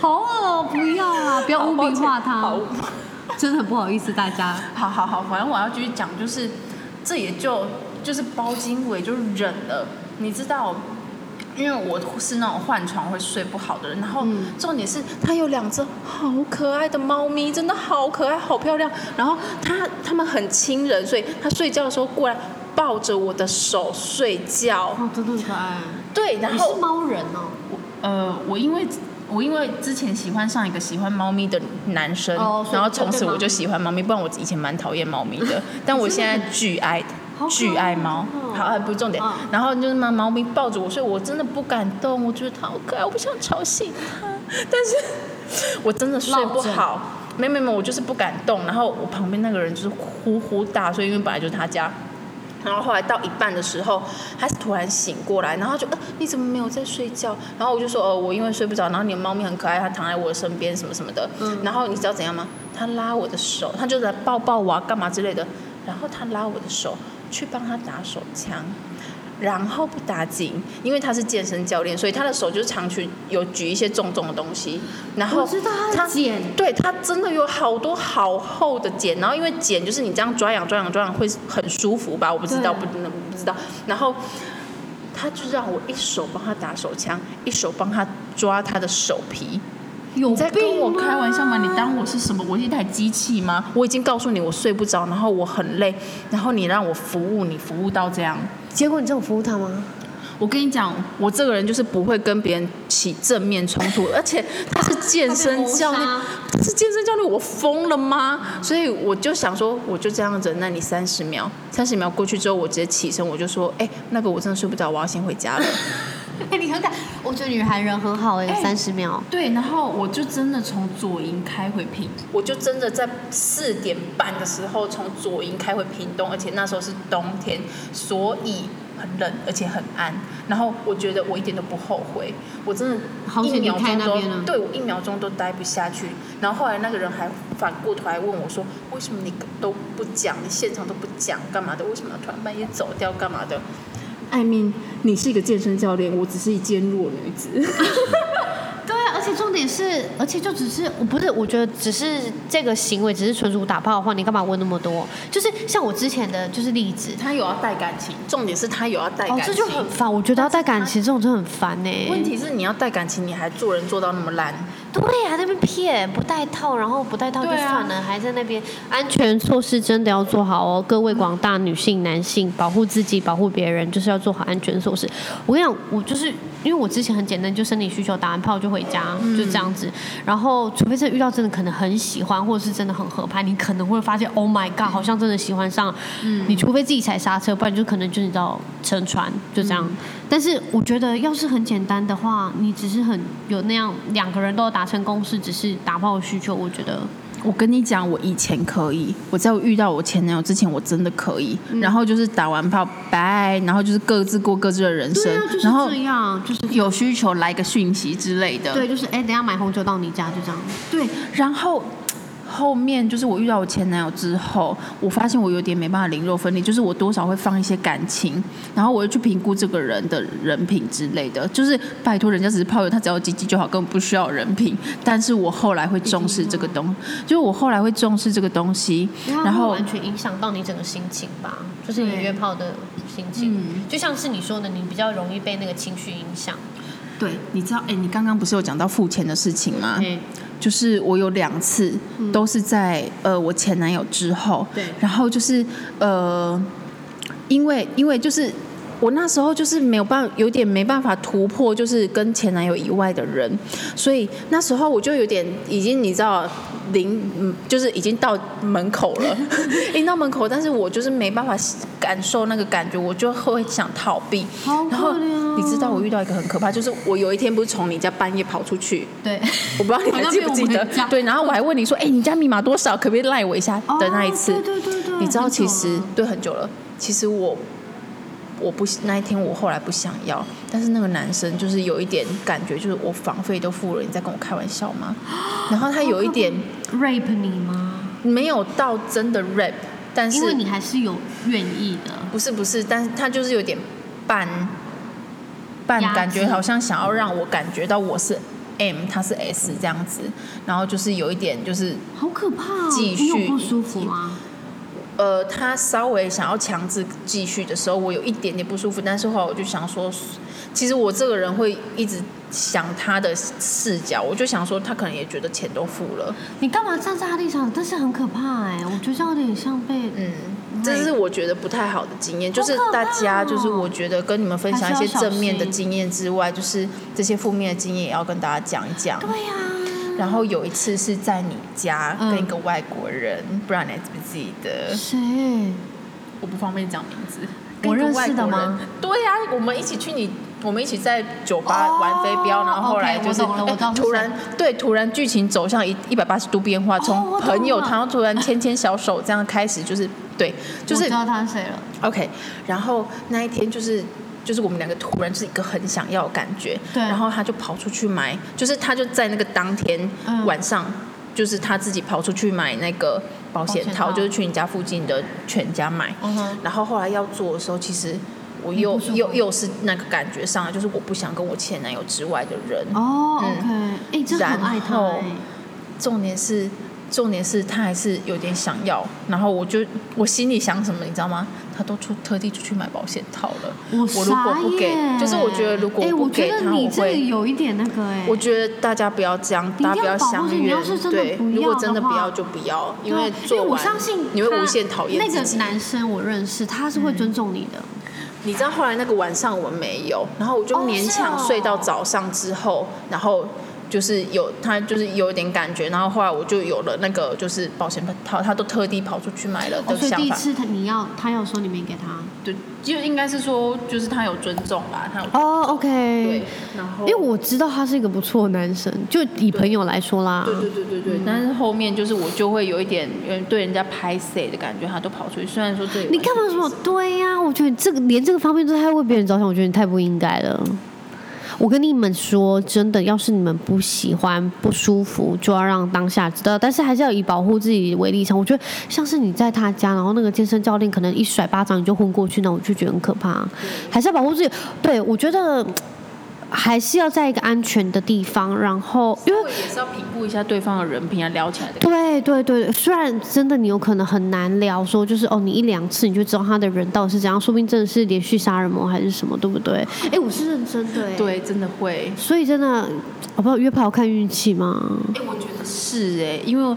Speaker 5: 好恶哦，不要啊，不要污名化它
Speaker 2: 好，
Speaker 5: 真的很不好意思大家。
Speaker 2: 好好好，反正我要继续讲，就是这也就就是包茎我也就忍了，你知道。因为我是那种换床会睡不好的人，然后
Speaker 5: 嗯
Speaker 2: 重点是它有两只好可爱的猫咪，真的好可爱，好漂亮。然后它它们很亲人，所以它睡觉的时候过来抱着我的手睡觉。
Speaker 5: 哦，真的很可爱。
Speaker 2: 对，然
Speaker 5: 你
Speaker 2: 后
Speaker 5: 是猫人哦。
Speaker 2: 呃，我因为我因为之前喜欢上一个喜欢猫咪的男生，
Speaker 5: 哦所以
Speaker 2: 然后
Speaker 5: 就对
Speaker 2: 从此
Speaker 5: 猫
Speaker 2: 我就喜欢猫咪，不然我以前蛮讨厌猫咪 的，但我现在巨爱
Speaker 5: 好可爱
Speaker 2: 巨爱猫
Speaker 5: 哦，
Speaker 2: 好，哎还不是重点
Speaker 5: 嗯。
Speaker 2: 然后就是猫猫咪抱着我，所以我真的不敢动，我觉得它好可爱，我不想吵醒它，但是我真的睡不
Speaker 5: 落枕
Speaker 2: 好。没没没，我就是不敢动。然后我旁边那个人就是呼呼大睡，因为本来就是他家。然后后来到一半的时候，他突然醒过来，然后他就呃你怎么没有在睡觉？然后我就说哦我因为睡不着，然后你的猫咪很可爱，它躺在我的身边什么什么的。然后你知道怎样吗？他拉我的手，他就来抱抱我啊干嘛之类的。然后他拉我的手去帮他打手枪。然后不打紧，因为他是健身教练，所以他的手就是常去有举一些重重的东西。然后
Speaker 5: 我知道他的茧
Speaker 2: 对它真的有好多好厚的茧，然后因为茧就是你这样抓痒抓痒抓痒会很舒服吧？我不知道，不
Speaker 5: 对
Speaker 2: 能不知道。然后他就让我一手帮他打手枪，一手帮他抓他的手皮。
Speaker 5: 有
Speaker 2: 你在跟我
Speaker 5: 病吗
Speaker 2: 开玩笑吗？你当我是什么？我是一台机器吗？我已经告诉你我睡不着，然后我很累，然后你让我服务你，服务到这样。
Speaker 4: 结果你这种服务他吗？
Speaker 2: 我跟你讲，我这个人就是不会跟别人起正面冲突，而且他是健身教练
Speaker 5: 他被谋杀，
Speaker 2: 他是健身教练，我疯了吗？所以我就想说，我就这样忍耐你三十秒，三十秒过去之后，我直接起身，我就说，哎、那个我真的睡不着，我要先回家了。
Speaker 5: 哎，你很敢，
Speaker 4: 我觉得女孩人很好哎、
Speaker 2: 哎
Speaker 4: 三十秒。
Speaker 2: 对，然后我就真的从左营开回屏，我就真的在四点半的时候从左营开回屏东，而且那时候是冬天，所以很冷，而且很暗。然后我觉得我一点都不后悔，我真的
Speaker 5: 好险
Speaker 2: 一秒
Speaker 5: 你开
Speaker 2: 钟
Speaker 5: 那
Speaker 2: 都
Speaker 5: 边啊
Speaker 2: 对我一秒钟都待不下去。然后后来那个人还反过头来问我说：“为什么你都不讲？你现场都不讲干嘛的？为什么要突然半夜走掉干嘛的？”艾明，你是一个健身教练，我只是一介弱女子。
Speaker 5: 对啊，而且重点是，
Speaker 4: 而且就只是，我不是，我觉得只是这个行为只是纯属打炮的话，你干嘛问那么多？就是像我之前的就是例子，
Speaker 2: 他有要带感情，重点是他有要带感
Speaker 4: 哦，
Speaker 2: 情。嗯
Speaker 4: 这就很烦。我觉得要带感情这种真的很烦欸呢、
Speaker 2: 问题是你要带感情，你还做人做到那么烂，
Speaker 4: 对啊呀、在那边骗，不带套，然后不带套就
Speaker 2: 对啊
Speaker 4: 算了，还在那边安全措施真的要做好哦，各位广大女性、男性，保护自己、保护别人，就是要做好安全措施。我跟你讲，我就是因为我之前很简单，就生理需求打完炮就回家，
Speaker 2: 嗯
Speaker 4: 就这样子。然后，除非是遇到真的可能很喜欢，或者是真的很合拍，你可能会发现，Oh my god，好像真的喜欢上了。
Speaker 2: 嗯
Speaker 4: 你除非自己踩刹车，不然就可能就是你知道沉船，就这样。
Speaker 2: 嗯
Speaker 4: 但是我觉得，要是很简单的话，你只是很有那样两个人都有达成共识，只是打炮的需求，我觉得
Speaker 2: 我跟你讲，我以前可以，我在遇到我前男友之前，我真的可以。然后就是打完炮，拜，然后就是各自过各自的人生，
Speaker 4: 对啊，就是
Speaker 2: 然后
Speaker 4: 这样，就是
Speaker 2: 有需求来个讯息之类的。
Speaker 4: 对，，就是哎、等一下买红酒到你家，就这样。
Speaker 2: 对，然后。后面就是我遇到我前男友之后，我发现我有点没办法灵肉分离，就是我多少会放一些感情，然后我会去评估这个人的人品之类的。就是拜托人家只是炮友，他只要有鸡鸡就好，根本不需要人品。但是我后来会重视这个东，就是我后来会重视这个东西，然
Speaker 4: 它会
Speaker 2: 后
Speaker 4: 完全影响到你整个心情吧，就是你
Speaker 2: 对
Speaker 4: 约炮的心情，
Speaker 5: 嗯
Speaker 4: 就像是你说的，你比较容易被那个情绪影响。
Speaker 2: 对，你知道，哎、你刚刚不是有讲到付钱的事情
Speaker 5: 啊
Speaker 2: 吗？
Speaker 4: 嗯
Speaker 2: 就是我有两次都是在、呃我前男友之后，
Speaker 4: 对
Speaker 2: 然后就是呃，因为因为就是呃我那时候就是没有办法，有点没办法突破，就是跟前男友以外的人，所以那时候我就有点已经你知道临，嗯就是已经到门口了，已经到门口，但是我就是没办法感受那个感觉，我就会想逃避。然后你知道我遇到一个很可怕，就是我有一天不是从你家半夜跑出去，
Speaker 5: 对，
Speaker 2: 我不知道你还记不记
Speaker 5: 好像被我
Speaker 2: 得
Speaker 5: 们讲？
Speaker 2: 对，然后我还问你说，哎、你家密码多少？可不可以赖我一下？
Speaker 5: 哦
Speaker 2: 的那一次，
Speaker 5: 对对对对
Speaker 2: 你知道
Speaker 5: 很久
Speaker 2: 其
Speaker 5: 了
Speaker 2: 实对很久了，其实我我不那一天我后来不想要，但是那个男生就是有一点感觉，就是我房费都付了，你在跟我开玩笑吗？
Speaker 5: 哦
Speaker 2: 然后他有一点
Speaker 5: rape 你吗？
Speaker 2: 没有到真的 rap，但是
Speaker 5: 因为你还是有愿意的，
Speaker 2: 不是不是，但是他就是有点半半
Speaker 5: 压制
Speaker 2: 感觉好像想要让我感觉到我是 M，他是 S 这样子，然后就是有一点就是
Speaker 5: 好可怕哦！
Speaker 2: 继续
Speaker 5: 你有不舒服吗？
Speaker 2: 呃，他稍微想要强制继续的时候，我有一点点不舒服，但是后来我就想说，其实我这个人会一直想他的视角，我就想说他可能也觉得钱都付了，
Speaker 5: 你干嘛站在他立场？但是很可怕哎、我觉得这样有点像被
Speaker 2: 嗯，这是我觉得不太好的哦经验，就是大家就是我觉得跟你们分享一些正面的经验之外，就是这些负面的经验也要跟大家讲一讲。对啊呀、然后有一次是在你家跟一个外国人，不然你还记不记得？
Speaker 5: 谁？
Speaker 2: 我不方便讲名字。
Speaker 5: 我
Speaker 2: 跟一个
Speaker 5: 认
Speaker 2: 外
Speaker 5: 识的
Speaker 2: 国
Speaker 5: 吗
Speaker 2: 人？对呀、我们一起去你，我们一起在酒吧玩飞镖，然后后来
Speaker 5: 哦 OK，
Speaker 2: 就是
Speaker 5: 我懂了我
Speaker 2: 哎
Speaker 5: 知道是
Speaker 2: 突然对突然剧情走向一一百八十度变化，从
Speaker 5: 哦我懂
Speaker 2: 朋友
Speaker 5: 了
Speaker 2: 然后突然牵牵小手这样开始，就是对，就
Speaker 5: 我
Speaker 2: 是
Speaker 5: 知道他是谁了。
Speaker 2: OK，然后那一天就是就是我们两个突然就是一个很想要的感觉，
Speaker 5: 对
Speaker 2: 然后他就跑出去买，就是他就在那个当天
Speaker 5: 嗯
Speaker 2: 晚上，就是他自己跑出去买那个保险
Speaker 5: 保险
Speaker 2: 套，
Speaker 5: 套
Speaker 2: 就是去你家附近的全家买，
Speaker 5: 嗯哼
Speaker 2: 然后后来要做的时候，其实。我
Speaker 5: 你
Speaker 2: 又
Speaker 5: 不舒服
Speaker 2: 又又是那个感觉上来，就是我不想跟我前男友之外的人。
Speaker 5: 哦、
Speaker 2: 嗯
Speaker 5: o k 哎、真的很爱他、
Speaker 2: 然后
Speaker 5: 欸。
Speaker 2: 重点是，重点是他还是有点想要，然后我就我心里想什么，你知道吗？他都出特地出去买保险套了。
Speaker 5: 我
Speaker 2: 如果
Speaker 5: 傻
Speaker 2: 不给
Speaker 5: 眼，
Speaker 2: 就是我觉得如果
Speaker 5: 哎
Speaker 2: 不
Speaker 5: 我
Speaker 2: 给
Speaker 5: 觉
Speaker 2: 他
Speaker 5: 得你
Speaker 2: 我
Speaker 5: 这个
Speaker 2: 会
Speaker 5: 有一点那个哎、
Speaker 2: 我觉得大家不要这样，
Speaker 5: 你一定
Speaker 2: 大
Speaker 5: 要
Speaker 2: 家不
Speaker 5: 保护
Speaker 2: 相
Speaker 5: 自己你
Speaker 2: 怨
Speaker 5: 要是。真的
Speaker 2: 对，
Speaker 5: 不
Speaker 2: 如果
Speaker 5: 要
Speaker 2: 真
Speaker 5: 的
Speaker 2: 的不
Speaker 5: 话
Speaker 2: 要就不要，因
Speaker 5: 对啊
Speaker 2: 为做
Speaker 5: 我
Speaker 2: 完
Speaker 5: 相信
Speaker 2: 你会
Speaker 5: 他
Speaker 2: 无限讨厌
Speaker 5: 那
Speaker 2: 自
Speaker 5: 个
Speaker 2: 己。嗯
Speaker 5: 男生，我认识，他是会尊重你的。
Speaker 2: 你知道后来那个晚上我没有，然后我就
Speaker 5: 哦
Speaker 2: 勉
Speaker 5: 是
Speaker 2: 强
Speaker 5: 哦
Speaker 2: 睡到早上之后，然后就是有他就是有点感觉，然后后来我就有了那个就是保险套，他都特地跑出去买了
Speaker 5: 哦
Speaker 2: 的
Speaker 5: 所以
Speaker 2: 想
Speaker 5: 第一
Speaker 2: 法。
Speaker 5: 次他你要他要说你没给他。
Speaker 2: 对，就应该是说就是他有尊重吧，他有
Speaker 4: 哦，OK、
Speaker 2: 对
Speaker 4: o k，
Speaker 2: 然后
Speaker 4: 因为我知道他是一个不错的男生，就以朋友来说啦，
Speaker 2: 对对对对对，但是后面就是我就会有一点有点对人家拍谁的感觉，他都跑出去，虽然说这
Speaker 4: 你干嘛说？对呀、我觉得你这个连这个方面都太为别人着想，我觉得你太不应该了。我跟你们说，真的，要是你们不喜欢、不舒服，就要让当下知道，但是还是要以保护自己为立场。我觉得像是你在他家，然后那个健身教练可能一甩巴掌你就昏过去，那我就觉得很可怕，还是要保护自己。对我觉得。还是要在一个安全的地方，然后因为。
Speaker 2: 也是要评估一下对方的人品啊，聊起来的。
Speaker 4: 对对对，虽然真的你有可能很难聊说，就是哦，你一两次你就知道他的人到底是怎样，说不定真的是连续杀人魔还是什么，对不对？哎，我是认真的。，
Speaker 2: 对，真的会
Speaker 4: 所以真的，我不知道约炮看运气吗？
Speaker 2: 是哎、因为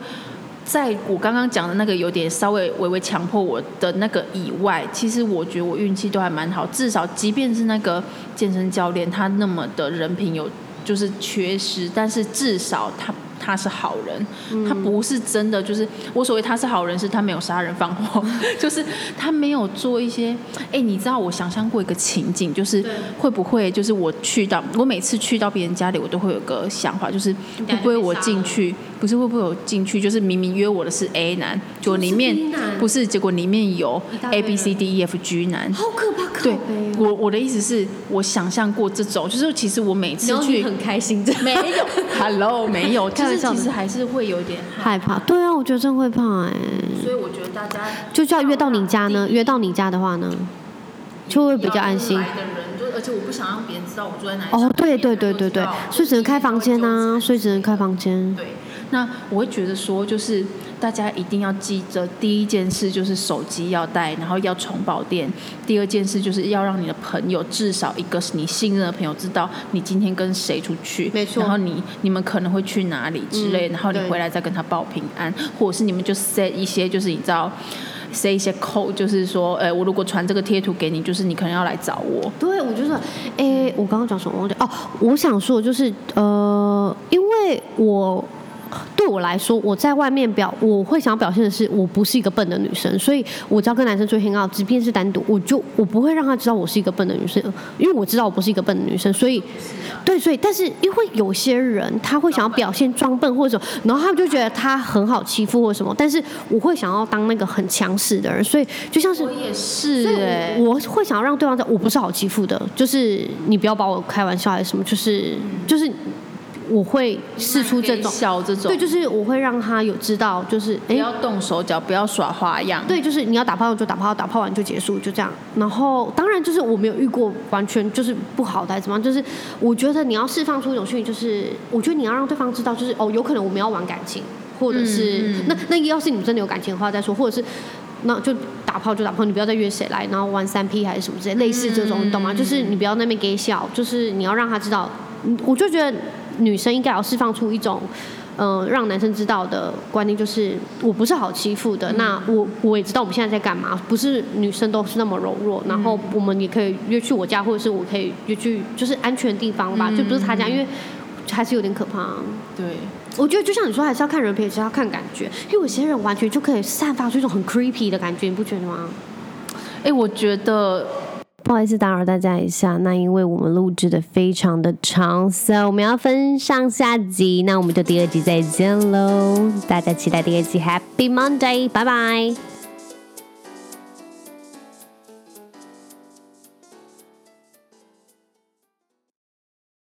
Speaker 2: 在我刚刚讲的那个有点稍微微微强迫我的那个以外，其实我觉得我运气都还蛮好，至少即便是那个健身教练他那么的人品有就是缺失，但是至少他。他是好人，他不是真的，就是我所谓他是好人，是他没有杀人放火，就是他没有做一些。哎、你知道我想象过一个情景，就是会不会就是我去到我每次去到别人家里，我都会有个想法，就是会不会我进去，不是会不会我进去，就是明明约我的是 A 男，结果里面不是，结果里面有 A B C D E F G 男，
Speaker 5: 好可怕，
Speaker 2: 对，
Speaker 4: 哎
Speaker 2: 我我的意思是我想象过这种，就是其实我每次
Speaker 5: 然后你
Speaker 2: 去
Speaker 5: 很开心，这样
Speaker 2: 没 有，Hello，没有，就
Speaker 4: 开玩
Speaker 2: 是
Speaker 4: 笑的
Speaker 2: 其实还是会有点害
Speaker 4: 害怕？对啊，我觉得真会怕哎、
Speaker 2: 怕，所以我觉得大家
Speaker 4: 就叫约到你家呢，约到你家的话呢，就会比较安心
Speaker 2: 要。来的人，就而且我不想让别人知道我住在哪里。
Speaker 4: 哦，对对
Speaker 2: 别人
Speaker 4: 对
Speaker 2: 都
Speaker 4: 对
Speaker 2: 知
Speaker 4: 对
Speaker 2: 道，
Speaker 4: 所以只能开房间啊，所以只能开房间。
Speaker 2: 对，那我会觉得说，就是大家一定要记着，第一件事就是手机要带，然后要充饱电；第二件事就是要让你的朋友，至少一个是你信任的朋友，知道你今天跟谁出去，
Speaker 4: 没错
Speaker 2: 然后你你们可能会去哪里之类，
Speaker 4: 嗯
Speaker 2: 然后你
Speaker 4: 对
Speaker 2: 回来再跟他报平安，或者是你们就 set 一些，就是你知道。set 一些 code，就是说，呃，我如果传这个贴图给你，就是你可能要来找我。
Speaker 4: 对，我就说，诶，我刚刚讲什么？我忘记哦，我想说就是，呃，因为我对我来说，我在外面表我会想要表现的是，我不是一个笨的女生，所以我只要跟男生追 hang out，即便是单独，我就我不会让他知道我是一个笨的女生，因为我知道我不是一个笨的女生，所以对，所以但是因为有些人他会想要表现装笨或者什么，然后他们就觉得他很好欺负或什么，但是我会想要当那个很强势的人，所以就像是
Speaker 2: 也是
Speaker 4: 所以
Speaker 2: 哎、
Speaker 4: 我我会想要让对方知道我不是好欺负的，就是你不要把我开玩笑还是什么，就是就是我会试出这种，
Speaker 2: 小这种，
Speaker 4: 对，就是我会让他有知道，就是
Speaker 2: 不
Speaker 4: 哎、
Speaker 2: 要动手脚，不要耍花样。
Speaker 4: 对，就是你要打炮就打炮，打炮完就结束，就这样。然后当然就是我没有遇过完全就是不好的还是怎么样，就是我觉得你要释放出一种讯息，就是我觉得你要让对方知道，就是哦，有可能我们要玩感情，或者
Speaker 2: 嗯
Speaker 4: 是、那那要是你们真的有感情的话再说，或者是。那就打炮就打炮，你不要再约谁来，然后玩三 P 还是什么之类，类似这种，你懂吗？就是你不要那边给笑，就是你要让他知道，嗯我就觉得女生应该要释放出一种，嗯、让男生知道的观念，就是我不是好欺负的。那我我也知道我们现在在干嘛，不是女生都是那么柔弱，然后我们也可以约去我家，或者是我可以约去就是安全的地方吧，就不是他家，因为还是有点可怕、
Speaker 2: 对，
Speaker 4: 我觉得就像你说，还是要看人品，也是要看感觉，因为有些人完全就可以散发出一种很 creepy 的感觉，你不觉得吗？
Speaker 2: 哎、我觉得
Speaker 1: 不好意思打扰大家一下，那因为我们录制的非常的长，所以我们要分上下集，那我们就第二集再见喽，大家期待第二集，Happy Monday，拜拜。